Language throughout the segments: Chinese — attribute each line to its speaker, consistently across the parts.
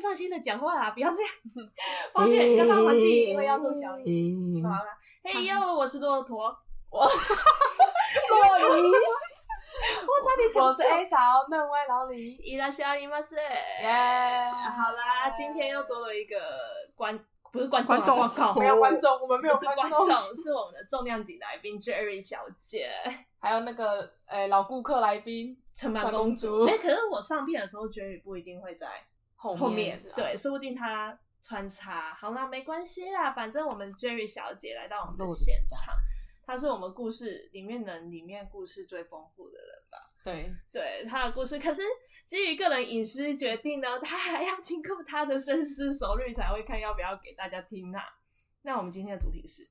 Speaker 1: 放心的讲话啦，不要这样。 抱歉，你在放环境一定会要做小啊姨。好
Speaker 2: 姨，
Speaker 1: 了，
Speaker 2: 哎
Speaker 1: 嘿哟，我是骆驼，
Speaker 2: 洛梨，
Speaker 1: 我差点
Speaker 2: 我
Speaker 1: 讲
Speaker 2: 是哎
Speaker 1: 错。
Speaker 2: A 嫂，嫩歪老李，
Speaker 1: 伊拉夏伊马塞。
Speaker 2: 耶，
Speaker 1: 好啦，今天又多了一个观，不是观众
Speaker 3: 观
Speaker 1: 啊，
Speaker 3: 众
Speaker 1: 我靠，
Speaker 3: 哦
Speaker 2: 没有观众，我们没有
Speaker 1: 不是
Speaker 2: 观
Speaker 1: 观
Speaker 2: 众，
Speaker 1: 众，是我们的重量级来宾 Jerry 小姐，
Speaker 2: 还有那个呃老顾客来宾
Speaker 1: 陈
Speaker 2: 小
Speaker 1: 满公
Speaker 2: 公
Speaker 1: 主。
Speaker 2: 主
Speaker 1: 哎、可是我上片的时候，Jerry 不一定会在
Speaker 2: 后
Speaker 1: 后面，
Speaker 2: 是吧，
Speaker 1: 对，说不定他穿插。好啦，没关系啦，反正我们 Jerry 小姐来到我们的
Speaker 2: 露
Speaker 1: 现场，她是我们故事里面能里面故事最丰富的人吧。
Speaker 2: 对，
Speaker 1: 对她的故事，可是基于个人隐私决定呢，她还要经过她的深思熟虑才会看要不要给大家听啊。那我们今天的主题是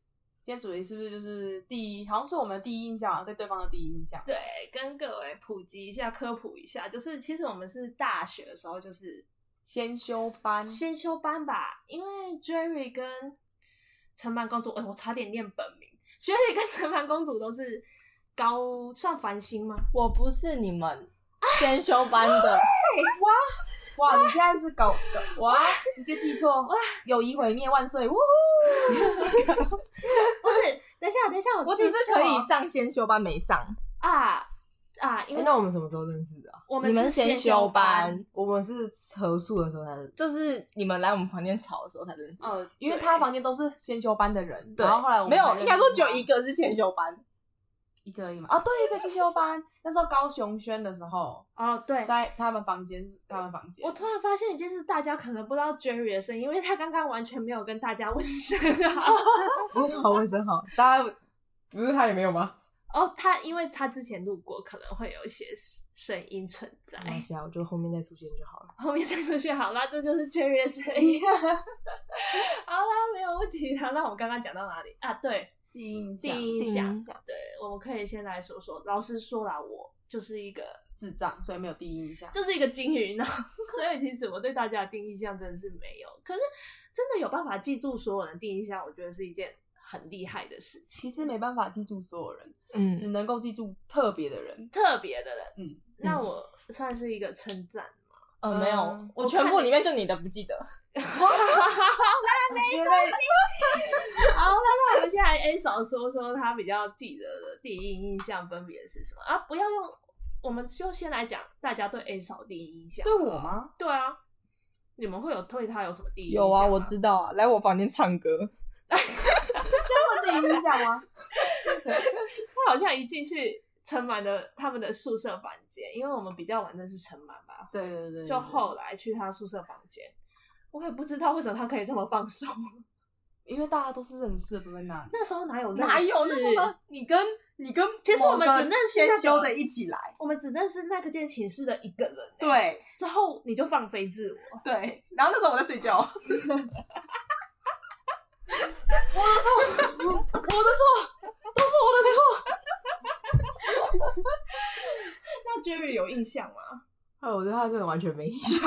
Speaker 2: 今天主题是不是就是第一，好像是我们的第一印象啊，对对方的第一印象，
Speaker 1: 对，跟各位普及一下、科普一下，就是其实我们是大学的时候就是
Speaker 2: 先修班，
Speaker 1: 先修班吧，因为 Jerry 跟陈曼公主，哎、我差点念本名，Jerry 跟陈曼公主都是高算繁星吗？
Speaker 3: 我不是你们先修 班的，
Speaker 1: 哎
Speaker 2: 哇，你现在是搞搞哇，直接记错，友谊毁灭万岁！呜呼，
Speaker 1: 不 是，等一下，等一下，
Speaker 3: 我
Speaker 1: 记
Speaker 3: 只是可
Speaker 1: 错
Speaker 3: 以上先修班，没上。
Speaker 1: 啊啊，因
Speaker 3: 诶
Speaker 1: 为
Speaker 3: 那我们什么时候认识的啊？
Speaker 1: 我
Speaker 3: 哎你
Speaker 1: 是
Speaker 3: 们
Speaker 1: 先
Speaker 3: 先修
Speaker 1: 班，
Speaker 3: 班，我们是合宿的时候才认识，就是你们来我们房间吵的时候才认识。
Speaker 1: 呃，
Speaker 2: 因为
Speaker 1: 对
Speaker 2: 他房间都是先修班的人，
Speaker 3: 对，
Speaker 2: 然后后来我们
Speaker 3: 没有
Speaker 2: 才，认
Speaker 3: 应该说
Speaker 2: 识
Speaker 3: 只有
Speaker 2: 他
Speaker 3: 一个是先修班，
Speaker 2: 一个而已嘛。啊，对，一个先修班，那时候高雄轩的时候，
Speaker 1: 哦对。
Speaker 2: 在他们房间，他们房间，
Speaker 1: 我突然发现一件事，大家可能不知道 Jerry 的声音，因为他刚刚完全没有跟大家问声啊。
Speaker 3: 好卫生 好，大家
Speaker 2: 不是他也没有吗？
Speaker 1: 哦，他因为他之前录过，可能会有一些声音存在。
Speaker 2: 哎
Speaker 3: 没关系啊，我就后面再出现就好了。
Speaker 1: 后面再出去好啦，这就是 Cherry 的声音。好啦，没有问题啦。那我们刚刚讲到哪里啊？对，
Speaker 2: 第一印
Speaker 1: 第
Speaker 2: 象，
Speaker 1: 一印象。
Speaker 3: 想，
Speaker 1: 对，我们可以先来说说。老实说啦，我就是一个
Speaker 2: 智障，所以没有第一印象。
Speaker 1: 就是一个金鱼脑， 所以其实我对大家的第一印象真的是没有。可是真的有办法记住所有人的第一印象，我觉得是一件很厉害的事情，
Speaker 2: 其实没办法记住所有人，
Speaker 3: 嗯，
Speaker 2: 只能够记住特别的人。
Speaker 1: 特别的人。
Speaker 2: 嗯，
Speaker 1: 那我算是一个称赞。
Speaker 3: 呃，没有
Speaker 2: 嗯，
Speaker 3: 我全部里面就你的不记 得。
Speaker 2: 没关系，
Speaker 1: 好，那那我们现在 A 嫂说说她比较记得的第一印象分别是什么啊？不要用，我们就先来讲大家对 A 嫂第一印象。
Speaker 2: 对我吗？
Speaker 1: 对啊，你们会有对她有什么第一印象
Speaker 3: 有
Speaker 1: 吗？
Speaker 3: 啊，我知道啊，来我房间唱 歌，
Speaker 2: 这样算第一印 象吗？
Speaker 1: 她好像一进去陈满的他们的宿舍房间，因为我们比较晚的是陈满吧，
Speaker 2: 对对对对，
Speaker 1: 就
Speaker 2: 后，
Speaker 1: 后来去她宿舍房间，我也不知道为什么她可以这么放松。
Speaker 2: 因为大家都是认识的，都在那里。
Speaker 1: 那时候哪有认识
Speaker 3: 哪有那么？你跟你跟
Speaker 1: 其实我们
Speaker 3: 某个
Speaker 1: 只认识那
Speaker 3: 先
Speaker 1: 个
Speaker 3: 修的一起来，
Speaker 1: 我们只认识那个间寝室的一个人、欸，，
Speaker 3: 对
Speaker 1: 之后你就放飞自我。
Speaker 3: 对，然后那时候我在睡 觉，
Speaker 1: 我的错，都是我的错。那 Jerry 有印象吗？
Speaker 3: 啊，我对他真的完全没印 象，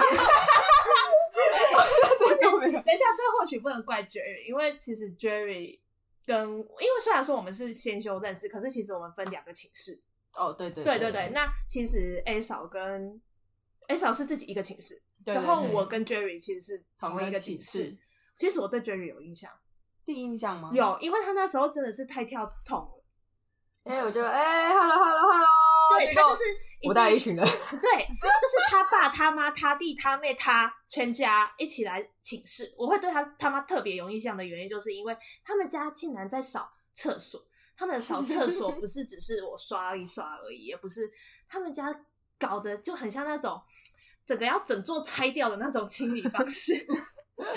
Speaker 3: 真的没
Speaker 1: 等
Speaker 3: 有。
Speaker 1: 一下，这或许不能怪 Jerry，因为其实 Jerry 跟因为虽然说我们是先修认识，可是其实我们分两个寝室。
Speaker 2: 哦，对对
Speaker 1: 对对对，，那其实 A 嫂跟 A 嫂是自己一个寝室，
Speaker 2: 对对
Speaker 1: 然后
Speaker 2: 对
Speaker 1: 我跟 Jerry 其实是同一个寝室。。哦其实我对 Jerry 有印象，
Speaker 2: 第一印象吗？
Speaker 1: 有，因为他那时候真的是太跳痛了，
Speaker 3: 哎，我就哎，hello hello hello，
Speaker 1: 对他就是一
Speaker 3: 我带了
Speaker 1: 进
Speaker 3: 一群人，
Speaker 1: 对，就是他爸、他妈、他弟、他妹、他全家一起来请示。我会对他他妈特别有印象的原因，就是因为他们家竟然在扫厕所。他们扫厕所不是只是我刷一刷而已，也不是他们家搞得就很像那种整个要整座拆掉的那种清理方式。而且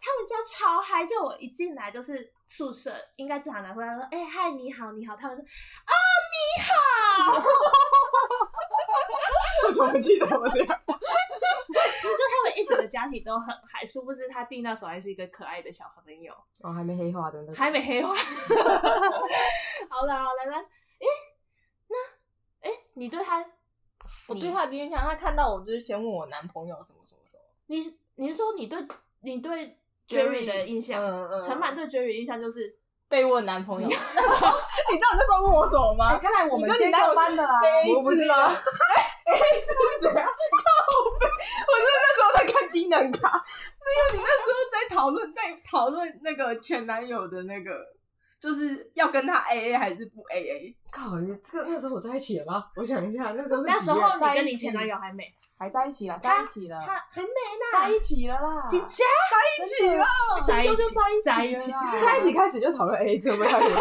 Speaker 1: 他们家超嗨，就我一进来就是宿舍，应该正常来回来说：“哎、嗨，你好，你好。”他们说：“啊，你好。”
Speaker 3: 为什么不记得 我这样？
Speaker 1: 就他们一整个家庭都很嗨，殊不知他弟那时候还是一个可爱的小朋友，
Speaker 3: 哦，还没黑化的那个，
Speaker 1: 还没黑化。 好了好了，那诶，那诶，你对他，
Speaker 3: 我对他的印象，他看到我就是先问我男朋友什么什么什么
Speaker 1: 你你是说你对你对
Speaker 3: Jerry
Speaker 1: Jerry 的印象，
Speaker 3: 嗯嗯，
Speaker 1: 陈满对 Jerry 的印象就是
Speaker 3: 被问男 朋友，那时候你知道你那时候问我什么吗
Speaker 2: 哎，？看来我
Speaker 3: 你
Speaker 2: 们
Speaker 3: 跟
Speaker 2: 先
Speaker 3: 你男
Speaker 2: 修班的啦，
Speaker 3: 杯
Speaker 2: 我不
Speaker 3: 子
Speaker 2: 知道
Speaker 3: 啊。我就是那时候在看 D 能卡。没有，你那时候在讨论，在讨论那个前男友的那个，就是要跟他 A A 还是不 A A？
Speaker 4: 靠，你这个那时候我在一起了吗？我想一下，那时候
Speaker 2: 嗯
Speaker 4: 是
Speaker 1: 那
Speaker 4: 几
Speaker 1: 时候
Speaker 4: 月
Speaker 1: 你跟你前男友还没，
Speaker 2: 还在一起了，
Speaker 1: 他
Speaker 2: 在一起了，
Speaker 1: 他还没
Speaker 2: 嗯在
Speaker 1: 呢，
Speaker 2: 一起了啦，
Speaker 1: 紧接
Speaker 3: 一起了，
Speaker 1: 在
Speaker 2: 真的
Speaker 1: 一
Speaker 2: 就
Speaker 1: 起
Speaker 2: 在一
Speaker 1: 在一起
Speaker 2: 起了啦，
Speaker 4: 在一起开始就讨论 A A 制，我们开始。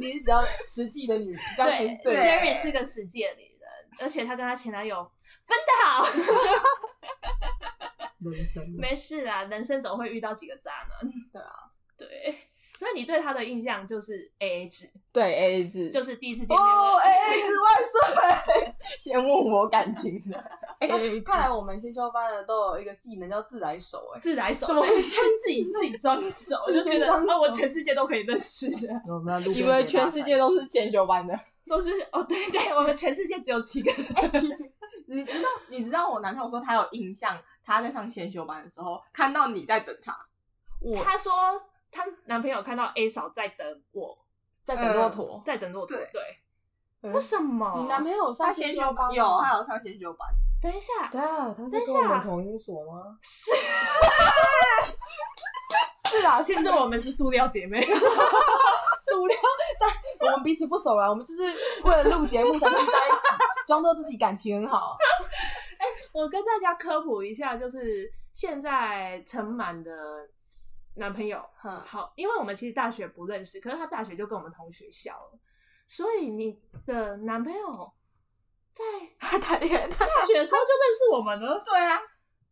Speaker 2: 你是比较实际的女，比较
Speaker 1: 对
Speaker 2: case
Speaker 1: 对
Speaker 2: 的
Speaker 1: ，Jerry 是个实践里人，而且她跟她前男友分的好，
Speaker 4: 人生
Speaker 1: 没事啊，人生总会遇到几个渣男，
Speaker 2: 对
Speaker 1: 啊， 对，所以你对他的印象就是 A A 制，
Speaker 3: 对 A A 制，
Speaker 1: 就是第一次见面
Speaker 3: 哦
Speaker 1: 问
Speaker 3: A A 制万岁！先问我感情的 A A 制
Speaker 2: 看，来我们新修班的都有一个技能叫自来熟，哎，
Speaker 1: 自来熟，
Speaker 2: 怎么会
Speaker 1: 自己 自己装熟，我
Speaker 2: 自
Speaker 1: 就
Speaker 2: 己
Speaker 1: 觉得
Speaker 2: 装熟
Speaker 1: 啊，我全世界都可以认识的，
Speaker 4: 我们在路边
Speaker 3: 以为
Speaker 4: 捡
Speaker 3: 全
Speaker 4: 垃圾
Speaker 3: 世界都是千九班的。
Speaker 1: 都是哦，对对，我们全世界只有几个人，
Speaker 3: 你知道，你知道我男朋友说他有印象，他在上先修班的时候看到你在等他，我
Speaker 1: 她说她男朋友看到 A 嫂在等我，
Speaker 2: 在等骆驼。
Speaker 1: 在等骆驼，
Speaker 3: 对
Speaker 1: 对，
Speaker 3: 嗯
Speaker 1: 为什么？
Speaker 2: 你男朋友
Speaker 3: 他
Speaker 2: 上
Speaker 3: 先
Speaker 2: 先
Speaker 3: 修
Speaker 2: 修班
Speaker 3: 班
Speaker 2: 吗
Speaker 3: 有，他有上先修 班，，
Speaker 1: 等一下
Speaker 4: 对啊，他是
Speaker 1: 等一
Speaker 4: 跟我
Speaker 1: 下
Speaker 4: 们同一所吗？
Speaker 1: 是。
Speaker 2: 是啊，
Speaker 1: 其
Speaker 2: 是
Speaker 1: 实我 们是塑料姐妹，
Speaker 2: 塑料，但我们彼此不熟了，我们就是为了录节目才聚在一起， 装作自己感情很好。
Speaker 1: 我跟大家科普一下，就是现在陈满的男朋友，
Speaker 2: 哼，
Speaker 1: 好，因为我们其实大学不认识，可是他大学就跟我们同学校了，所以你的男朋友在
Speaker 2: 他谈恋爱，他
Speaker 1: 大学的时候就认识我们了
Speaker 3: 对啊，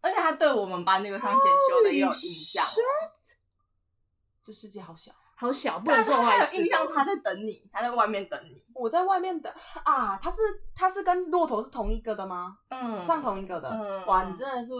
Speaker 3: 而且他对我们班那个上先修的也有印
Speaker 2: 哦
Speaker 3: 象，
Speaker 2: 这世界好小。
Speaker 1: 好小，不能
Speaker 3: 但是
Speaker 1: 做
Speaker 3: 他
Speaker 1: 坏
Speaker 3: 有
Speaker 1: 事
Speaker 3: 印。象他在等你，他在外面等你，
Speaker 2: 我在外面等啊，他是他是跟骆驼是同一个的吗？
Speaker 3: 嗯
Speaker 2: 上同一个的，
Speaker 3: 嗯
Speaker 2: 哇，你真的是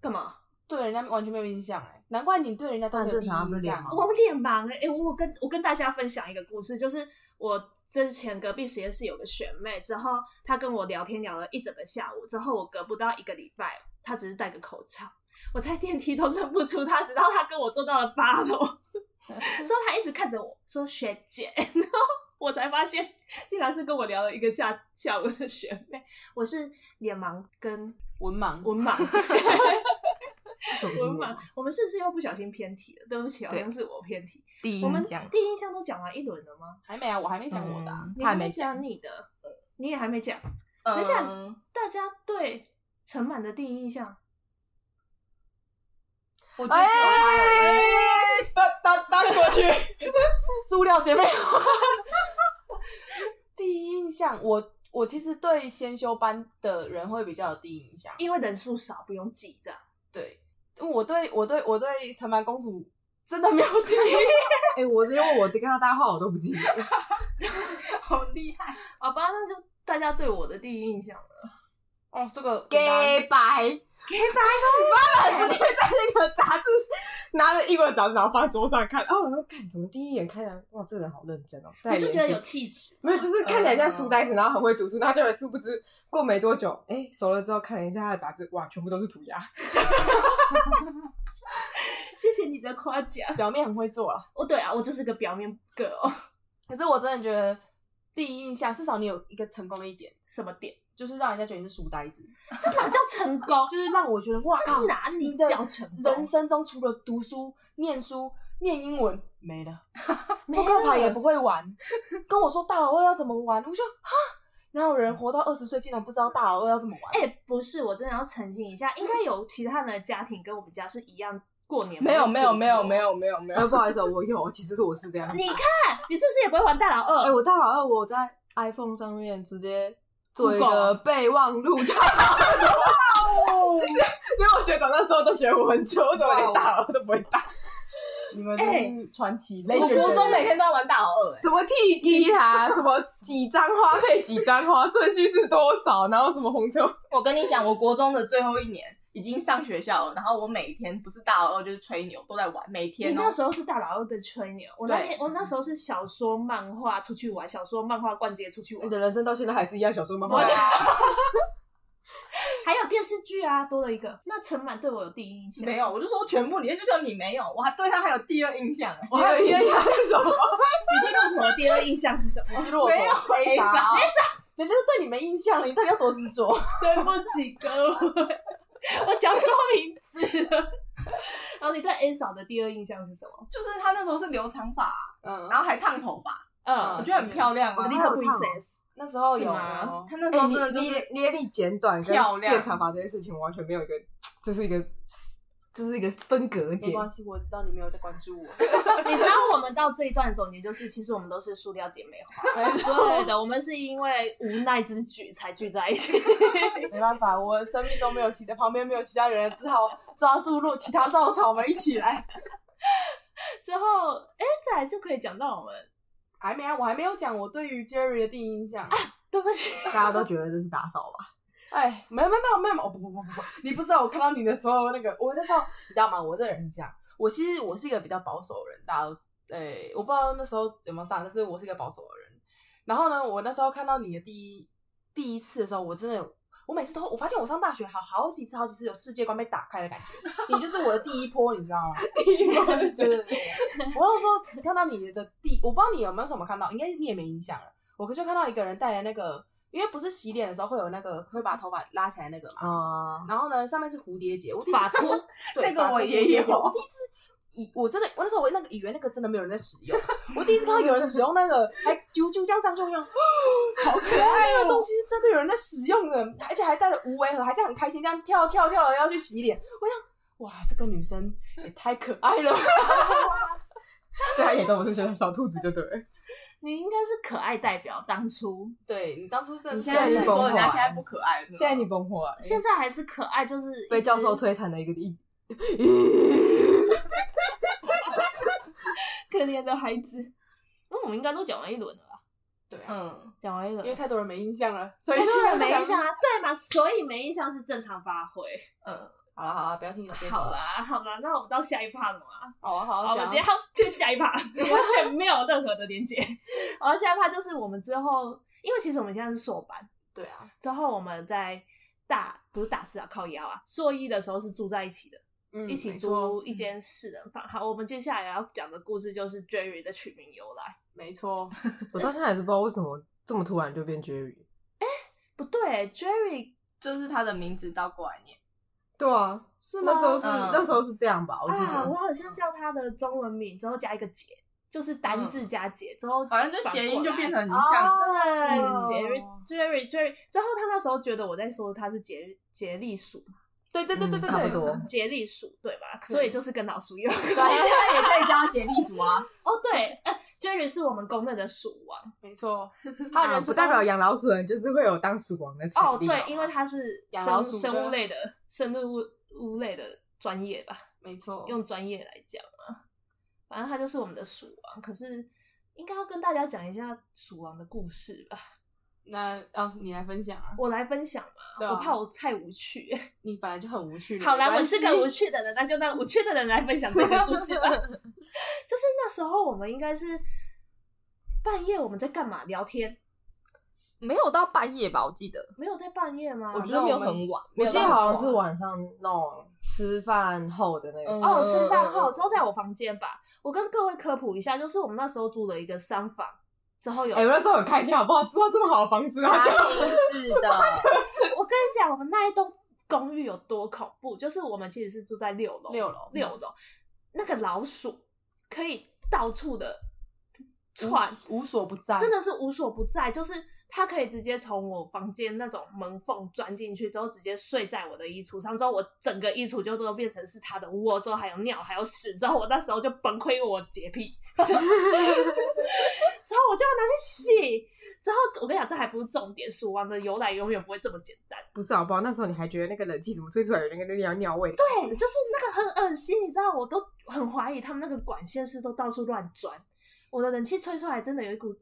Speaker 1: 干嘛？
Speaker 2: 对人家完全没有印象哎，难怪你对人家都没有
Speaker 4: 但正常他
Speaker 2: 印
Speaker 4: 们
Speaker 2: 象
Speaker 4: 脸。盲
Speaker 1: 我脸盲哎、欸，我跟我跟大家分享一个故事，就是我之前隔壁实验室有个学妹，之后她跟我聊天聊了一整个下午，之后我隔不到一个礼拜，她只是戴个口罩，我在电梯都认不出她，直到她跟我坐到了八楼，之后她一直看着我说学姐， 然后我才发现竟然是跟我聊了一个下下午的学妹，我是脸盲跟
Speaker 2: 文盲，
Speaker 1: 文盲。
Speaker 4: 什么
Speaker 1: 文盲，我们是不是又不小心偏题了？对不起，哦好
Speaker 3: 对
Speaker 1: 像是我偏题。
Speaker 3: 第一
Speaker 1: 我们
Speaker 3: 印象，
Speaker 1: 第一印象都讲完一轮了吗？
Speaker 2: 还没啊，我还没讲我的啊、
Speaker 3: 嗯
Speaker 1: 你
Speaker 3: 他
Speaker 1: 还
Speaker 3: 还没
Speaker 1: 没
Speaker 3: 讲，
Speaker 1: 讲你的，呃你也还没讲。
Speaker 3: 等
Speaker 1: 一下
Speaker 3: 嗯
Speaker 1: 大家对陈满的第一印象，
Speaker 3: 我就只有他有搭搭搭过去，
Speaker 2: 塑料姐妹花。第一印象，我我其实对先修班的人会比较有第一印象，
Speaker 1: 因为人数少，不用记这样。
Speaker 2: 对，因为我对我对我对城蛮公主真的没有第一，
Speaker 4: 哎、我因为我跟他搭话我都不记得，
Speaker 3: 好厉害
Speaker 1: 好吧，那就大家对我的第一印象 了。
Speaker 2: 哦，这个
Speaker 3: ，gay 白。
Speaker 1: 给白
Speaker 3: 直接在那个杂志拿着英文杂志，然后放在桌上看。
Speaker 4: 然后我说看怎么第一眼看起来哇，这个人好认真哦，
Speaker 1: 我是觉得
Speaker 4: 戴眼
Speaker 1: 有
Speaker 4: 镜
Speaker 1: 气质，
Speaker 4: 没有，就是看起来像书呆
Speaker 2: 嗯
Speaker 4: 子，然后很会读书，然后结果殊不知过没多久，哎、熟了之后看了一下他的杂志，哇，全部都是涂鸦，
Speaker 1: 谢谢你的夸奖。
Speaker 2: 表面很会做啦。
Speaker 1: 哦，对啊，我就是个表面 girl，
Speaker 2: 可是我真的觉得第一印象，至少你有一个成功的一点，
Speaker 1: 什么点？
Speaker 2: 就是让人家觉得你是书呆子，
Speaker 1: 这哪叫成 功？
Speaker 2: 就是让我觉得哇靠
Speaker 1: 这，哪里叫成功？
Speaker 2: 人生中除了读书、念书、念英文没了，
Speaker 1: 没
Speaker 2: 扑克牌也
Speaker 1: 了
Speaker 2: 不会玩，跟我说大佬二要怎么玩，我说哈，哪有人活到二十岁竟然不知道大佬二要怎么玩？
Speaker 1: 哎、不是，我真的要澄清一下，应该有其他人的家庭跟我们家是一样过年
Speaker 3: 没有没有
Speaker 1: 不会
Speaker 3: 没有没有没有没有，
Speaker 4: 呃，不好意思哦，我有，其实我是这样
Speaker 1: 过年。你看，你是不是也不会玩大老
Speaker 4: 哎、
Speaker 1: 二？
Speaker 4: 我大老二我在 iPhone 上面直接做一
Speaker 1: Google
Speaker 4: 个备忘录， 因
Speaker 1: 哦
Speaker 4: 为我学长那时候都觉得我很丑，我怎么连大 老二都不会打？
Speaker 2: 你们
Speaker 1: 哎
Speaker 2: 是传奇
Speaker 3: 我
Speaker 2: 类型
Speaker 3: 初
Speaker 2: 的
Speaker 3: 中每天都要玩大老二、欸，
Speaker 4: 什么 T 滴啊，什么几张花配几张花，顺序是多少，然后什么红球，
Speaker 3: 我跟你讲，我国中的最后一年已经上学校了，然后我每天不是大老二就是吹牛，都在玩，每
Speaker 1: 你
Speaker 3: 天哦、
Speaker 1: 那时候是大老二的吹牛，我那
Speaker 3: 对
Speaker 1: 天我那时候是小说漫画出去玩，小说漫画逛街出去玩
Speaker 4: 你，的人生到现在还是一样小说漫画
Speaker 1: 我。
Speaker 3: 对啊
Speaker 1: 还有电视剧啊，多了一个。那陈满对我有第一印象，
Speaker 3: 没有，我就说全部里面就只有你没有，我还对他还有第二印象、欸，
Speaker 4: 我还有一样是什么？
Speaker 1: 你对骆驼的第二印象是什么？
Speaker 2: 是骆驼
Speaker 3: 没有
Speaker 2: 谁
Speaker 3: A
Speaker 2: 傻
Speaker 3: 傻
Speaker 2: 人家都对你没印象了，你到底要多执着？
Speaker 1: 对不起各位，我讲错名字了。然后你对 A 嫂的第二印象是什么？
Speaker 3: 就是她那时候是留长发、
Speaker 2: 嗯，
Speaker 3: 然后还烫头发，
Speaker 1: 嗯哦
Speaker 3: 我，觉得很漂亮
Speaker 1: 我
Speaker 3: 啊
Speaker 1: 立。
Speaker 2: 她
Speaker 1: 刻
Speaker 2: 有
Speaker 1: 不
Speaker 2: 烫
Speaker 1: s
Speaker 2: 那时候
Speaker 1: 是
Speaker 2: 有
Speaker 1: 吗
Speaker 2: 哦
Speaker 3: 她那时
Speaker 4: 哎，
Speaker 3: 候
Speaker 4: 你
Speaker 3: 真的就是
Speaker 4: 你你你剪短跟
Speaker 3: 漂亮
Speaker 4: 变长发这件事情，我完全没有一个，这是一个，这是一个分隔
Speaker 2: 没
Speaker 4: 界。
Speaker 2: 关系，我知道你没有在关注我。
Speaker 1: 你知道我们到这一段总结就是，其实我们都是塑料姐妹花。 对的，我们是因为无奈之举才聚在一起。
Speaker 2: 没办法，我生命中没有其他旁边没有其他人，只好抓住落其他稻草，我们一起来。
Speaker 1: 之后，哎，再来就可以讲到我们。
Speaker 2: 还没啊，我还没有讲我对于 Jerry 的第一印象。
Speaker 1: 对不起，
Speaker 4: 大家都觉得这是打扫吧？
Speaker 2: 哎，没有没有没有没有没有，哦不不不不不，你不知道我看到你的时候那个，我那时候你知道吗？我这个人是这样，我其实我是一个比较保守的人，大家都知，哎，我不知道那时候有没有上，但是我是一个保守的人。然后呢，我那时候看到你的第一第一次的时候，我真的。我每次都，我发现我上大学好好几次，好几次有世界观被打开的感觉。你就是我的第一波，你知道 吗？第一波，对对对。 我那时候看到你的第，我不知道你有没有什么看到，应该你也没印象了。我就看到一个人戴着那个，因为不是洗脸的时候会有那个会把头发拉起来那个嘛，
Speaker 4: 啊，
Speaker 2: 然后呢上面是蝴蝶结，我第一次哭， 对，
Speaker 3: 哦那个
Speaker 2: 发
Speaker 3: 我
Speaker 2: 箍
Speaker 3: 也
Speaker 2: 蝴蝶
Speaker 3: 有
Speaker 2: 结我第一次。以我真的，我那时候我那个以为那个真的没有人在使用，我第一次看到有人使用那个，还啾啾这样上去，我想，哦好可爱、哦那个东西是真的有人在使用的，而且还戴了无为盒，还这样很开心，这样跳跳跳的要去洗脸，我想，哇，这个女生也太可爱了吧，
Speaker 4: 对他也当我哎是小小兔子就对了。
Speaker 1: 你应该是可爱代表，当初
Speaker 2: 对你当初真的
Speaker 3: 现在是
Speaker 4: 你
Speaker 3: 说
Speaker 4: 崩
Speaker 3: 人家
Speaker 4: 坏
Speaker 3: 现在不可爱了，
Speaker 4: 现在你崩溃了，
Speaker 1: 现在还是可爱，就是一直
Speaker 4: 被教授。摧残的一个一
Speaker 1: 可怜的孩子。那我们应该都讲完一轮了吧？
Speaker 2: 对啊，
Speaker 3: 嗯，
Speaker 1: 讲完一轮
Speaker 2: 因为，太多人没印象了，所以
Speaker 1: 太多人没
Speaker 2: 现在
Speaker 1: 印象啊，对嘛？所以没印象是正常发挥。
Speaker 2: 好了好了，不要听你的这个
Speaker 1: 好，啦，好啦，那我们到下一趴了嘛？
Speaker 2: 好啊好
Speaker 1: 好，
Speaker 2: 啊，
Speaker 1: 我们
Speaker 2: 讲
Speaker 1: 直接
Speaker 2: 啊
Speaker 1: 好就下一 趴，完全没有任何的连接。然后下一趴就是我们之后，因为其实我们现在是硕班，
Speaker 2: 对啊，
Speaker 1: 之后我们在大不是大四啊，靠腰啊，硕一的时候是住在一起的，
Speaker 2: 嗯
Speaker 1: 一起租一间四人房。好，我们接下来要讲的故事就是 Jerry 的取名由来。
Speaker 2: 没错，
Speaker 4: 我到现在还是不知道为什么这么突然就变 Jerry。
Speaker 1: 不对，Jerry
Speaker 3: 就是他的名字倒过来念，
Speaker 4: 对啊，
Speaker 1: 是吗？
Speaker 4: 那时候是
Speaker 3: 嗯
Speaker 4: 那时候是这样吧？我记
Speaker 1: 啊，我
Speaker 4: 得
Speaker 1: 好像叫他的中文名，之后加一个“姐”，就是单字加“姐”，之后
Speaker 3: 反正就谐音就变成很 像。
Speaker 1: 对、
Speaker 2: 哦
Speaker 1: Jerry Jerry Jerry。之后他那时候觉得我在说他是杰杰利鼠嘛，
Speaker 2: 对对对对对，
Speaker 4: 嗯差不多
Speaker 2: 对
Speaker 1: 杰利鼠对吧？所以就是跟老鼠一样。
Speaker 3: 所以现在也可以叫他杰利鼠啊，
Speaker 1: 哦， 对、
Speaker 2: 哎
Speaker 1: 呃、，Jerry 是我们公认的鼠王。
Speaker 2: 没 错，
Speaker 4: 他
Speaker 2: 人
Speaker 4: 啊不
Speaker 2: 是
Speaker 4: 代表养老鼠人就是会有当鼠王的潜力。
Speaker 1: 哦，对，因为他是
Speaker 2: 养老
Speaker 1: 生
Speaker 2: 鼠的
Speaker 1: 生物类的生物物类的专业吧。
Speaker 2: 没错，
Speaker 1: 用专业来讲啊，反正他就是我们的鼠王。可是应该要跟大家讲一下鼠王的故事吧，
Speaker 2: 那要是你来分享啊，
Speaker 1: 我来分享嘛，
Speaker 2: 对啊
Speaker 1: 我怕我太无趣。
Speaker 2: 你本来就很无趣了，
Speaker 1: 好
Speaker 2: 没
Speaker 1: 啦，我
Speaker 2: 关系
Speaker 1: 是个无趣的人，那就让无趣的人来分享这个故事吧。就是那时候我们应该是半夜我们在干嘛？聊天？
Speaker 5: 没有到半夜吧，我记得，
Speaker 1: 没有在半夜吗？
Speaker 5: 我觉得没有很晚，
Speaker 4: 我记得
Speaker 5: 没有到
Speaker 4: 好像是晚上那种吃饭后的那个时候。
Speaker 1: 哦，吃饭
Speaker 5: 嗯嗯
Speaker 1: 后
Speaker 5: 嗯
Speaker 1: 之后在我房间吧。我跟各位科普一下，就是我们那时候租了一个三房，之后有
Speaker 4: 哎，我那时候很开心，好不好？知道这么好的房子，然后
Speaker 5: 家
Speaker 4: 就
Speaker 5: 庭式 的，
Speaker 1: 我跟你讲，我们那一栋公寓有多恐怖，就是我们其实是住在六楼，
Speaker 2: 六楼
Speaker 1: 六楼，那个老鼠可以到处的窜，
Speaker 2: 无所不在，
Speaker 1: 真的是无所不在，就是。它可以直接从我房间那种门缝钻进去，之后直接睡在我的衣橱上，之后我整个衣橱就都变成是它的窝，之后还有尿，还有屎，之后我那时候就崩溃，因为我洁癖，之后之后我就要拿去洗，之后我跟你讲，这还不是重点，鼠王的由来永远不会这么简单。
Speaker 4: 不是好不好？那时候你还觉得那个冷气怎么吹出来有那个尿尿味？对，
Speaker 1: 对，就是那个很恶心，你知道，我都很怀疑他们那个管线是都到处乱钻。我的冷气吹出来真的有一股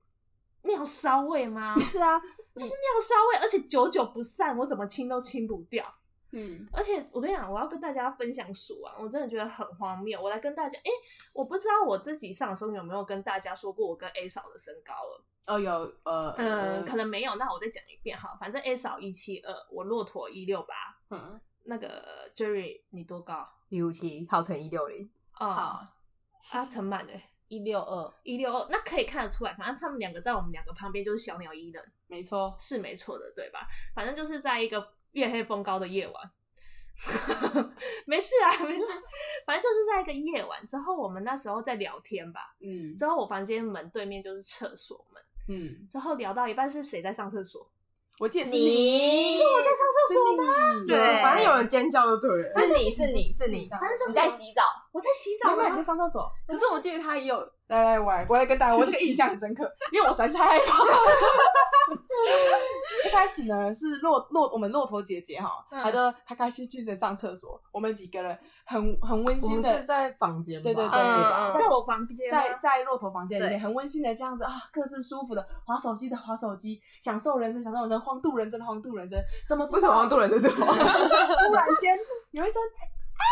Speaker 1: 尿骚味吗？
Speaker 2: 是 啊，
Speaker 1: 就是尿骚味，而且久久不散，我怎么清都清不掉。
Speaker 2: 嗯，
Speaker 1: 而且我跟你讲，我要跟大家分享鼠王，我真的觉得很荒谬。我来跟大家，诶，我不知道我自己上升有没有跟大家说过我跟 A 嫂的身高了。
Speaker 2: 哦有呃
Speaker 1: 嗯，可能没有，那我再讲一遍哈。反正 A 嫂一七二，我骆驼一六八。
Speaker 2: 嗯
Speaker 1: 那个 Jerry，你多高？
Speaker 4: 一五七，号称一六零。
Speaker 1: 哦、
Speaker 2: 好
Speaker 1: 啊，陈满嘞。
Speaker 2: 一六二，
Speaker 1: 一六二，那可以看得出来，反正他们两个在我们两个旁边就是小鸟依人，
Speaker 2: 没错，
Speaker 1: 是没错的，对吧？反正就是在一个月黑风高的夜晚， 没事 啊，没事，反正就是在一个夜晚之后，我们那时候在聊天吧。
Speaker 2: 嗯
Speaker 1: 之后我房间门对面就是厕所门，
Speaker 2: 嗯，
Speaker 1: 之后聊到一半是谁在上厕所？
Speaker 2: 我记得是
Speaker 5: 你
Speaker 1: 是我在上厕所吗？
Speaker 2: 吗
Speaker 5: 对
Speaker 4: 反正有人尖叫就对了。
Speaker 5: 是你是你是你，
Speaker 1: 反正就是
Speaker 5: 你在洗澡，
Speaker 1: 我在洗
Speaker 2: 你
Speaker 1: 澡啊
Speaker 2: 们在
Speaker 1: 吗？
Speaker 2: 上厕所？
Speaker 5: 可是我记得他也有
Speaker 2: 来来，我来我来跟大家，我这个印象很深刻，因为我实在是太害怕了。 一开始呢是骆骆，我们骆驼姐姐哈，
Speaker 1: 嗯
Speaker 2: 她就开开心心的上厕所，我们几个人很很温馨的
Speaker 4: 在房间吧
Speaker 2: 对对对
Speaker 1: 嗯，
Speaker 2: 在
Speaker 1: 在我房间吗，
Speaker 2: 在在骆驼房间里面
Speaker 5: 对
Speaker 2: 很温馨的这样子啊，各自舒服的划手机的划手机，享受人生，享受人生，荒度人生的荒度人生。怎么知
Speaker 4: 为什么
Speaker 2: 道
Speaker 4: 要？渡人这是什么？
Speaker 2: 突然间有一声啊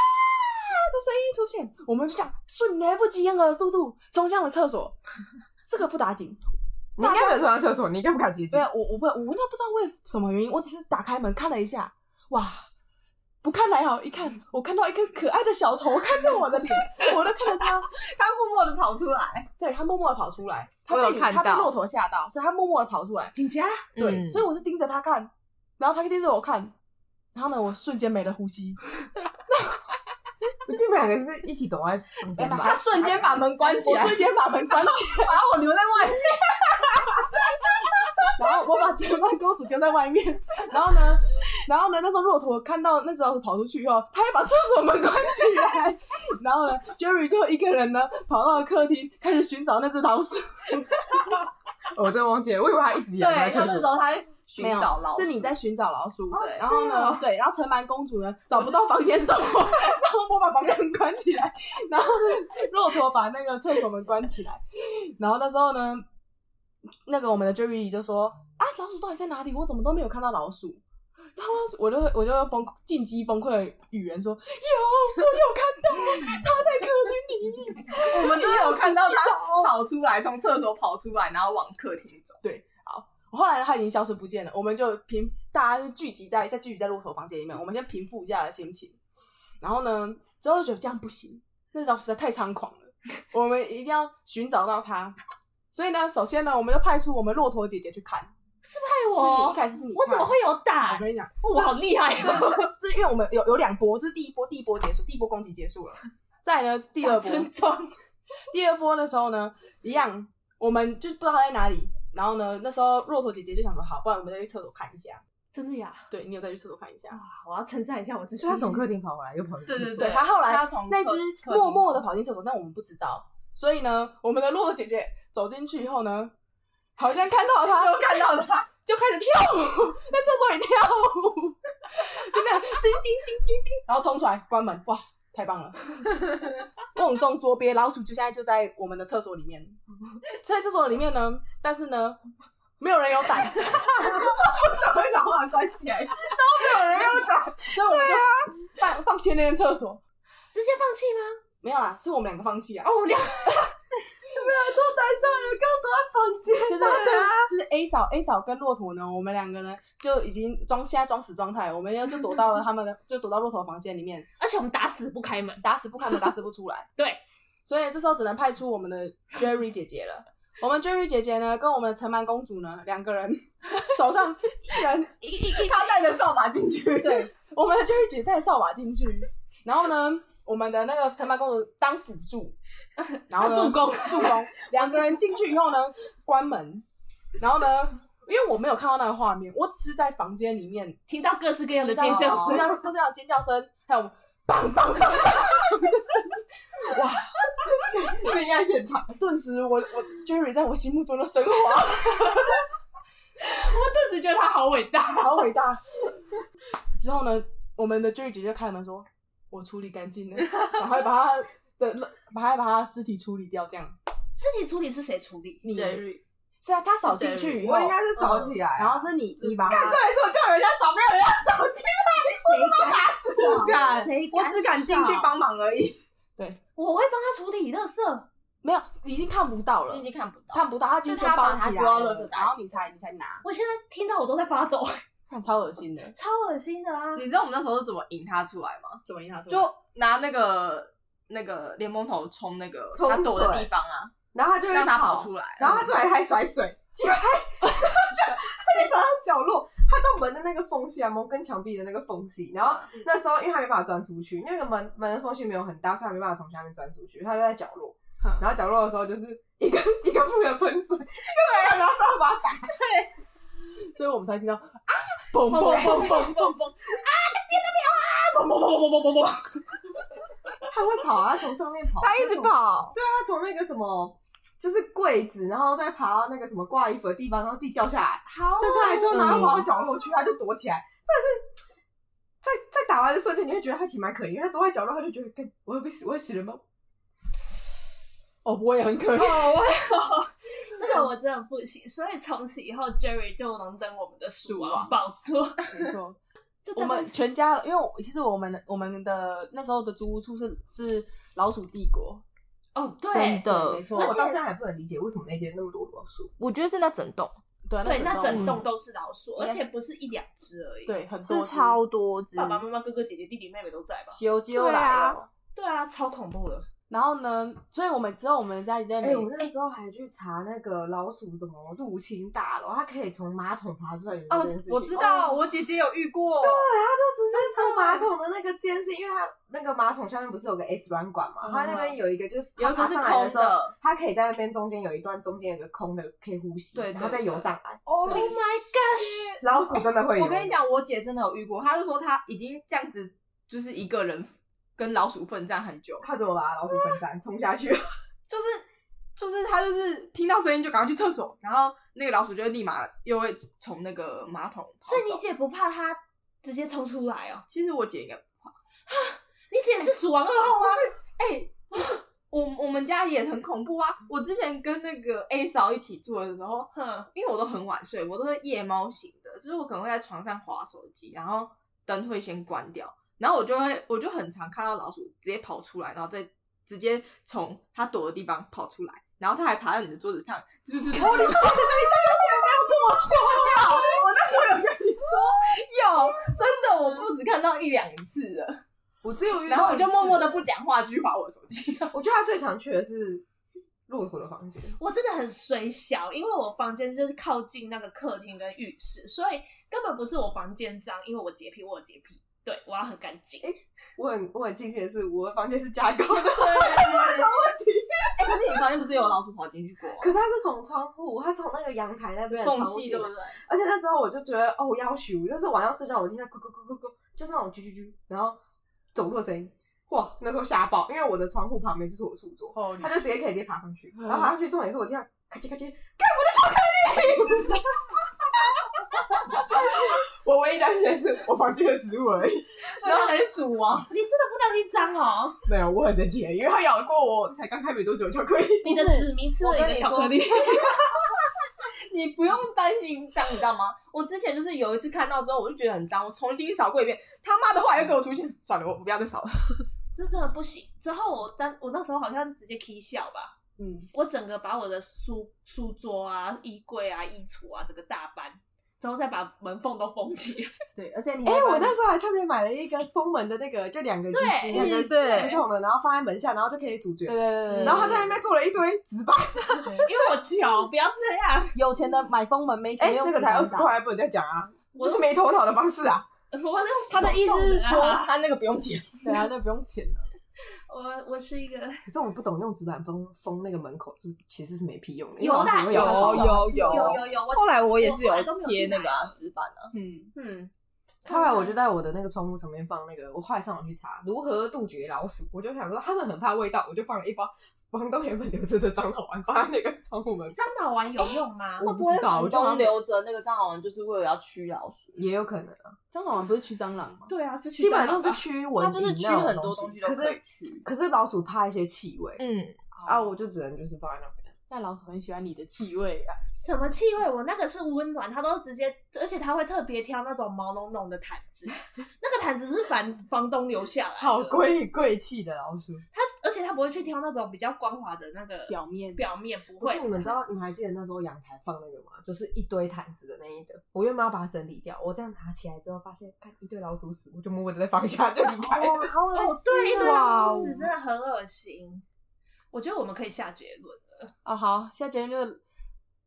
Speaker 2: 的声音出现，我们就这样迅雷不及掩耳的速度冲向了厕所。这个不打紧，
Speaker 4: 你应该没有冲上厕所，你应该不敢接近
Speaker 2: 对。啊，我我不我那不知道为什么原因，我只是打开门看了一下，哇，不看还好，一看我看到一个可爱的小头看着我的脸，我都看着他，
Speaker 5: 他默默的跑出来，
Speaker 2: 对他默默的跑出来，他
Speaker 5: 我有
Speaker 2: 被
Speaker 5: 看
Speaker 2: 他被
Speaker 5: 到
Speaker 2: 骆驼吓到，所以他默默的跑出来，
Speaker 1: 警家，
Speaker 2: 对，
Speaker 5: 嗯
Speaker 2: 所以我是盯着他看，然后他盯着我看，然后呢，我瞬间没了呼吸，
Speaker 4: 基本两个人是一起躲在房间吧。
Speaker 5: 他瞬间把门关起
Speaker 2: 我
Speaker 5: 来，
Speaker 2: 瞬间 把门关起来，
Speaker 5: 把我留在外面。
Speaker 2: 然后我把折曼公主丢在外面，然后呢，然后呢，那时候骆驼看到那只老鼠跑出去以后，他也把厕所门关起来，然后呢，Jerry 就一个人呢跑到了客厅，开始寻找那只老鼠，
Speaker 4: 我真的忘记了，我以为他一直以为
Speaker 5: 对
Speaker 4: 在
Speaker 5: 他
Speaker 4: 厕
Speaker 5: 那时
Speaker 4: 所。
Speaker 5: 候他在寻
Speaker 2: 没有
Speaker 5: 找老鼠，
Speaker 2: 是你在寻找老鼠，对
Speaker 1: 是
Speaker 2: 然后
Speaker 1: 这样
Speaker 2: 呢
Speaker 1: 哦，
Speaker 2: 对，然后城蛮公主呢找不到房间 洞，然后我把房门关起来， 然后骆驼把那个厕所门关起来，然后那时候呢，那个我们的 Jerry 就说啊，老鼠到底在哪里？我怎么都没有看到老鼠。然后我就我就崩进击崩溃的语言说有，我有看 到，它在客厅里面。
Speaker 3: 我们真的有看到
Speaker 2: 你有仔细
Speaker 3: 他跑出来，从厕所跑出来，然后往客厅走。
Speaker 2: 后来它已经消失不见了，我们就平大家就聚集在在聚集在骆驼房间里面，我们先平复一下的心情。然后呢，之后就觉得这样不行，那老鼠实在太猖狂了，我们一定要寻找到它。所以呢，首先呢，我们就派出我们骆驼姐姐去看。
Speaker 1: 害
Speaker 2: 是你一
Speaker 1: 我，
Speaker 2: 开始是你，
Speaker 1: 我怎么？会有
Speaker 2: 我
Speaker 1: 胆？
Speaker 2: 跟你讲，
Speaker 1: 我好厉害
Speaker 2: 哦
Speaker 1: 啊！
Speaker 2: 这因为我们有有两波，这是第一波，第一波结束，第一波攻击结束了。再来呢，是第二波，
Speaker 1: 尊重，
Speaker 2: 第二波的时候呢，一样，我们就不知道它在哪里。然后呢，那时候骆驼姐姐就想说，好，不然我们再去厕所看一下。
Speaker 1: 真的呀！
Speaker 2: 对你有再去厕所看一下。
Speaker 1: 哇，我要称赞一下我自己
Speaker 4: 所以。他从客厅跑回来，又跑去
Speaker 3: 对对
Speaker 4: 厕所
Speaker 2: 对，他后来
Speaker 3: 他从
Speaker 2: 那
Speaker 3: 客
Speaker 2: 只默默的跑进厕所，但我们不知道。所以呢，我们的骆驼姐姐走进去以后呢，好像看到他，又看到他，就开始跳舞，在厕所里跳舞，就那样叮叮叮叮叮，然后冲出来关门，哇，太棒了！瓮中捉鳖，老鼠就现在就在我们的厕所里面，在厕所里面呢，但是呢，没有人有胆，
Speaker 3: 客厅为什么把它关起来？
Speaker 2: 所以我们就放放前间厕所，
Speaker 1: 直接放弃吗？
Speaker 2: 没有啦，是我们两个 放弃啊。
Speaker 1: 哦，我们俩
Speaker 2: 就是就是 A 嫂 A 嫂跟骆驼呢，我们两个呢就已经装现在装死状态，我们就躲到了他们的，就躲到骆驼房间里面，
Speaker 1: 而且我们打死不开门。
Speaker 2: 打死不开门，打死不出来。
Speaker 1: 对，
Speaker 2: 所以这时候只能派出我们的 Jerry 姐姐了。我们 Jerry 姐姐呢，跟我们的城蛮公主呢，两个人手上一人，
Speaker 3: 他带着扫把进去，
Speaker 2: 对，我们的 Jerry 姐姐带扫把进去，然后呢，我们的那个城蛮公主当辅助，然后呢
Speaker 1: 助攻，
Speaker 2: 助攻，两个人进去以后呢，关门，然后呢，因为我没有看到那个画面，我只是在房间里面
Speaker 1: 听到各式各样的
Speaker 2: 听到
Speaker 1: 尖叫声
Speaker 2: 听，到哦不知道尖叫声，还有棒棒棒的声音，哇！
Speaker 4: 对，应该现场。
Speaker 2: 顿时我我 Jerry 在我心目中的神话，
Speaker 1: 我顿时觉得他好伟大。
Speaker 2: 好伟大。 之后呢，我们的 Jerry 姐姐就开门说：“我处理干净了，赶快把他的，把他把他尸体处理掉。”这样，
Speaker 1: 尸体处理是谁处理？
Speaker 2: 你
Speaker 5: Jerry
Speaker 2: 是啊，他扫进去以后嗯
Speaker 4: 我，应该是扫起来，
Speaker 2: 然后是你你把他
Speaker 5: 再说叫人家扫，没有人家扫进
Speaker 1: 谁敢
Speaker 3: 敢
Speaker 1: 扫？谁
Speaker 3: 我只敢进去
Speaker 1: 扫，
Speaker 3: 帮忙而已。
Speaker 1: 我会帮他处理垃圾。
Speaker 2: 没有已经看不到了，
Speaker 5: 你已经看不到。
Speaker 2: 看不到，他就是
Speaker 5: 他把它
Speaker 2: 起来
Speaker 5: 丢到
Speaker 2: 了
Speaker 5: 垃圾袋
Speaker 2: 然后你才你才拿，
Speaker 1: 我现在听到我都在发抖，
Speaker 2: 看超恶心的，
Speaker 1: 超恶心的啊！
Speaker 3: 你知道我们那时候是怎么引他出来吗？
Speaker 2: 怎么印他
Speaker 3: 就拿那个那个莲蓬头冲那个
Speaker 4: 冲
Speaker 3: 他躲的
Speaker 4: 水
Speaker 3: 地方啊，
Speaker 4: 然后他就会
Speaker 3: 让他跑，出来。
Speaker 4: 然后他出来还甩水，地方角落，他到门的那个缝隙啊，门跟墙壁的那个缝隙，然后
Speaker 3: 嗯
Speaker 4: 那时候因为他没办法钻出去，那个门门的缝隙没有很大，所以他没办法从下面钻出去，他就在角落
Speaker 3: 嗯
Speaker 2: 哼。
Speaker 4: 然后角落的时候，就是一个一个不能喷水，一个人拿扫把打，
Speaker 2: 所以我们才听到啊，嘣嘣嘣嘣嘣嘣，
Speaker 4: 他会跑啊，他从上面跑，
Speaker 3: 他一直
Speaker 4: 从
Speaker 3: 跑，
Speaker 4: 他从那个什么，就是柜子，然后再爬到那个什么挂衣服的地方，然后自己掉下来，
Speaker 3: 哦
Speaker 1: 好啊
Speaker 4: 掉下来之后，然后跑到
Speaker 1: 恶心
Speaker 4: 角落去，他就躲起来。这是在在打完的瞬间，你会觉得他其实蛮可怜，因为他躲在角落，他就觉得，干我要被死，我要死了吗？
Speaker 2: 哦，我也很可怜。
Speaker 1: 这个我真的不行，所以从此以后 Jerry 就能登我们的鼠
Speaker 2: 鼠
Speaker 1: 王
Speaker 2: 王
Speaker 1: 宝座。
Speaker 2: 没错，
Speaker 1: 这
Speaker 2: 我们全家，因为我其实我们的我们的那时候的租屋处是是老鼠帝国，
Speaker 1: 哦，
Speaker 3: 真
Speaker 1: 对
Speaker 3: 的
Speaker 2: 没，错
Speaker 4: 那我到现在还不能理解为什么那间那么多老鼠。
Speaker 3: 我觉得是那整栋
Speaker 2: 对啊
Speaker 1: 对，那整
Speaker 2: 栋
Speaker 1: 栋都是老鼠，而
Speaker 2: 应该
Speaker 1: 且不是一两只而已。，
Speaker 2: 对很多
Speaker 3: 是超多只，
Speaker 1: 爸爸妈妈、哥哥姐姐、弟弟妹妹都在吧？
Speaker 2: 修修
Speaker 3: 对
Speaker 2: 来
Speaker 3: 啊
Speaker 2: 了。
Speaker 1: 对啊，超恐怖的。
Speaker 2: 然后呢，所以我们之后我们家里在
Speaker 4: 哎、
Speaker 2: 每
Speaker 4: 我那时候还去查那个老鼠怎么入侵大楼，它可以从马桶爬出来，哦你知道这件事情吗？
Speaker 3: 哦我知道，我姐姐有遇过，
Speaker 4: 就直接从马桶的那个间隙，因为它那个马桶下面不是有个 S 软管嘛，它那边嗯有一个就是
Speaker 3: 有一个是
Speaker 4: 它爬上来
Speaker 3: 空
Speaker 4: 的时候，
Speaker 3: 的，
Speaker 4: 它可以在那边中间有一段中间有个空的可以呼吸，
Speaker 3: 对对
Speaker 4: 然后再游上来。
Speaker 3: Oh
Speaker 4: my
Speaker 3: gosh！
Speaker 4: 老鼠真的会游
Speaker 3: 我跟你，讲，我姐真的有遇过，她就说她已经这样子，就是一个人跟老鼠奋战很久，
Speaker 4: 它怎么把老鼠分散冲下去？
Speaker 3: 就是就是她就是听到声音就赶快去厕所，然后那个老鼠就会立马又会从那个马桶跑
Speaker 1: 所以你
Speaker 3: 走
Speaker 1: 姐不怕它直接冲出来哦？
Speaker 3: 其实我姐应该，
Speaker 1: 你姐是鼠王二号吗？
Speaker 3: 哎、我我们家也很恐怖啊！我之前跟那个 A 嫂一起住的时候，
Speaker 1: 哼，
Speaker 3: 因为我都很晚睡，我都是夜猫型的，就是我可能会在床上划手机，然后灯会先关掉，然后我就会我就很常看到老鼠直接跑出来，然后再直接从它躲的地方跑出来，然后它还爬到你的桌子上，就是就是。我的天！
Speaker 5: 我那时候有跟你说，
Speaker 3: 有真的，我不止看到一两次了，
Speaker 4: 我只 有遇到
Speaker 3: 然后我就
Speaker 4: 一次
Speaker 3: 默默的不讲话，继续划我手机。
Speaker 4: 我觉得它最常去的是骆驼的房间，
Speaker 1: 我真的很水小，因为我房间就是靠近那个客厅跟浴室，所以根本不是我房间脏，因为我洁癖，我有洁癖，对我要很干净。
Speaker 4: 我很我很庆幸的是，我的房间是加高的，
Speaker 3: 哎、可是你房间不是有老鼠跑进 去过吗？
Speaker 4: 可是它是从窗户，它从那个阳台那边的
Speaker 3: 缝
Speaker 4: 窗户
Speaker 3: 隙
Speaker 4: 进
Speaker 3: 对
Speaker 4: 来
Speaker 3: 不对？
Speaker 4: 而且那时候我就觉得哦，要求，就是晚上睡觉我听到咕咕咕咕咕，就是那种啾啾啾，然后走路的声音，哇，那时候吓爆，因为我的窗户旁边就是我书桌，
Speaker 2: 哦
Speaker 4: 他就直接可以直接爬上去，
Speaker 2: 嗯
Speaker 4: 然后爬上去重点是我听到咔叽咔叽，
Speaker 2: 我唯一担心的是我房间的食物而已，
Speaker 3: 然后很鼠王，
Speaker 1: 你真的不担心脏哦？
Speaker 2: 没有，我很生气，因为它咬过我才刚开没多久的巧克力。
Speaker 1: 你的子民吃了你的巧克力，
Speaker 3: 你不用担心脏，你知道吗？我之前就是有一次看到之后，我就觉得很脏，我重新扫过一遍，他妈的话又给我出现，算了，我不要再扫了。
Speaker 1: 这真的不行。之后我当我那时候好像直接 k 笑吧，
Speaker 2: 嗯，
Speaker 1: 我整个把我的书书桌啊、衣柜啊、衣橱啊整个大搬，之后再把门缝都封起 来。
Speaker 2: 对，而且你
Speaker 4: 哎、
Speaker 2: 还把
Speaker 4: 我那时候还特别买了一个封门的那个，就两个机
Speaker 1: 对
Speaker 4: 器，两个
Speaker 3: 嗯对
Speaker 4: 系统的，然后放在门下，然后就可以主角
Speaker 2: 对。对对对对，
Speaker 4: 然后他在那边做了一堆纸板，
Speaker 1: 因为我穷，不要这样。
Speaker 2: 有钱的买封门，没钱
Speaker 4: 哎、
Speaker 2: 的用
Speaker 4: 那
Speaker 2: 纸
Speaker 4: 个才二
Speaker 2: 张
Speaker 4: 十
Speaker 2: 打。
Speaker 4: 块，不能再讲啊，
Speaker 1: 我
Speaker 4: 我是没头脑的方式啊。
Speaker 1: 我用
Speaker 3: 他的意思是
Speaker 1: 手
Speaker 3: 说
Speaker 1: 动的 啊，
Speaker 3: 他那个不用钱，
Speaker 2: 对啊，那不用钱了。
Speaker 1: 我我是一个
Speaker 4: 可是我不懂用纸板封封那个门口是不是其实是没屁用的，因为
Speaker 1: 有
Speaker 4: 老
Speaker 1: 啦
Speaker 4: 鼠会
Speaker 1: 有
Speaker 4: 咬到
Speaker 1: 有
Speaker 4: 手
Speaker 1: 有有有。
Speaker 3: 后来我也是
Speaker 1: 后来都没有
Speaker 3: 贴
Speaker 1: 进来
Speaker 3: 那个啊纸板啊，
Speaker 2: 嗯，
Speaker 1: 嗯，
Speaker 4: 后来我就在我的那个窗户上面放那个，我后来上网去查如何杜绝老鼠，我就想说他们很怕味道，我就放了一包房东原本留着的樟脑丸放在那个窗户门口，
Speaker 1: 樟脑丸哦有用吗？
Speaker 4: 我不知道，我就
Speaker 3: 东
Speaker 4: 放
Speaker 3: 留着那个蟑螂丸就是为了要驱老鼠，
Speaker 4: 也有可能啊，
Speaker 2: 蟑螂丸不是驱蟑螂吗？
Speaker 1: 对啊，是
Speaker 4: 基本上
Speaker 1: 是
Speaker 4: 都是驱蚊，
Speaker 3: 它就是驱很多
Speaker 4: 东
Speaker 3: 东西都
Speaker 4: 可
Speaker 3: 可以
Speaker 4: 是
Speaker 3: 驱。
Speaker 4: 可是老鼠怕一些气味、
Speaker 3: 嗯，
Speaker 4: 啊，我就只能就是放在那边。
Speaker 2: 但老鼠很喜欢你的气味啊。
Speaker 1: 什么气味？我那个是温暖，它都直接，而且它会特别挑那种毛茸茸的毯子，那个毯子是房房东留下来的，
Speaker 4: 好贵贵气的老鼠，
Speaker 1: 它而且它不会去挑那种比较光滑的那个
Speaker 2: 表面
Speaker 1: 表面，不
Speaker 4: 不
Speaker 1: 会
Speaker 4: 是。你们知道，你们还记得那时候阳台放那个吗？就是一堆毯子的那一个，我原本要把它整理掉，我这样拿起来之后发现，看一堆老鼠屎，我就默默的在房下就离开了。
Speaker 2: 哇，好恶
Speaker 1: 哦，对，一堆
Speaker 2: 哇
Speaker 1: 老
Speaker 2: 哦
Speaker 1: 鼠屎真的很恶心。我觉得我们可以下结论了，
Speaker 2: 哦啊，好，下结论就是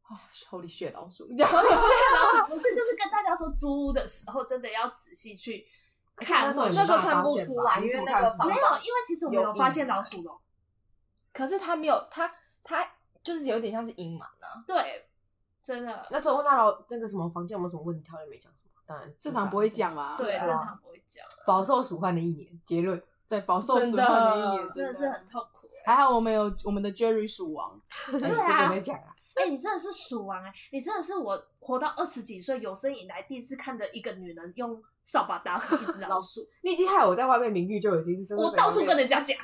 Speaker 2: 啊、h o l y shit，老鼠，这
Speaker 1: 所
Speaker 2: 样
Speaker 1: 以薛老 师不是就是跟大家说租屋的时候，真的要仔细去看
Speaker 4: 那时候
Speaker 1: 会
Speaker 4: 也
Speaker 1: 不
Speaker 5: 那
Speaker 1: 会
Speaker 4: 没
Speaker 5: 个
Speaker 4: 办法
Speaker 5: 看不
Speaker 4: 发现
Speaker 5: 出
Speaker 4: 吧
Speaker 5: 来
Speaker 4: 你
Speaker 5: 因为
Speaker 4: 怎么
Speaker 5: 那
Speaker 4: 看
Speaker 5: 个
Speaker 4: 出
Speaker 5: 房
Speaker 4: 来
Speaker 1: 没有，因为其实我没有发现老鼠笼。
Speaker 3: 可是他没有，他他 就是有点像是隐瞒啊。
Speaker 1: 对，真的，
Speaker 4: 那时候问他老那个什么房间有没有什么问题，他也没讲什么。当然，
Speaker 2: 正常不会讲嘛。
Speaker 1: 对，
Speaker 4: 啊
Speaker 1: 正常不会讲，
Speaker 4: 饱受鼠患的一年。结 论，
Speaker 2: 对，饱受
Speaker 3: 真
Speaker 2: 鼠
Speaker 3: 的
Speaker 2: 患
Speaker 4: 啊
Speaker 2: 的一年，
Speaker 1: 真的是很痛苦。
Speaker 2: 还好我们有我们的 Jerry 鼠王，
Speaker 4: 哎
Speaker 1: 对啊
Speaker 4: 这个在讲啊，
Speaker 1: 哎、你真的是鼠王哎、你真的是我活到二十几岁有生以来第一次看的一个女人用扫把打死一只老鼠，
Speaker 4: 你已经害我在外面名誉 就已经真的
Speaker 1: 我
Speaker 4: 整个
Speaker 1: 到处
Speaker 4: 被
Speaker 1: 跟人家讲，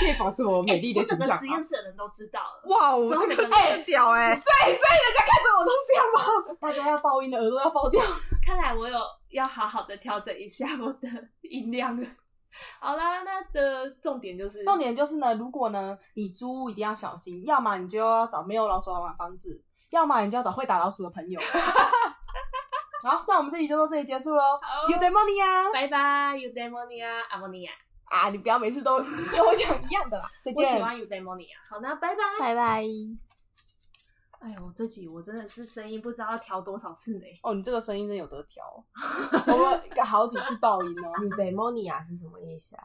Speaker 4: 可以保持我美丽
Speaker 1: 哎我
Speaker 4: 的
Speaker 1: 整个
Speaker 4: 形象啊
Speaker 1: 实验
Speaker 4: 吧。
Speaker 1: 室的人都知道了。
Speaker 3: 哇，我
Speaker 1: 真的很
Speaker 3: 屌哎、
Speaker 2: 大家要爆音的耳朵要爆掉。
Speaker 1: 看来我有要好好的调整一下我的音量了。好啦，那的重点就是
Speaker 2: 重点就是呢，如果呢你租屋一定要小心，要么你就要找没有老鼠的房子，要么你就要找会打老鼠的朋 友。好，那我们这集就到这里结束喽。
Speaker 1: 好
Speaker 2: You demonia
Speaker 1: 拜拜，Eudaimonia，阿莫尼亚，
Speaker 2: 啊！你不要每次都 跟我讲一样的啦。再
Speaker 1: 我喜
Speaker 2: 见，
Speaker 1: 欢 Eudaimonia。好，那拜拜。
Speaker 2: 拜拜。
Speaker 1: 哎呦，这集我真的是声音不知道要调多少次呢。
Speaker 2: 哦，你这个声音真有得调，我们好几次爆音哦。
Speaker 4: eudaimonia 是什么意思啊？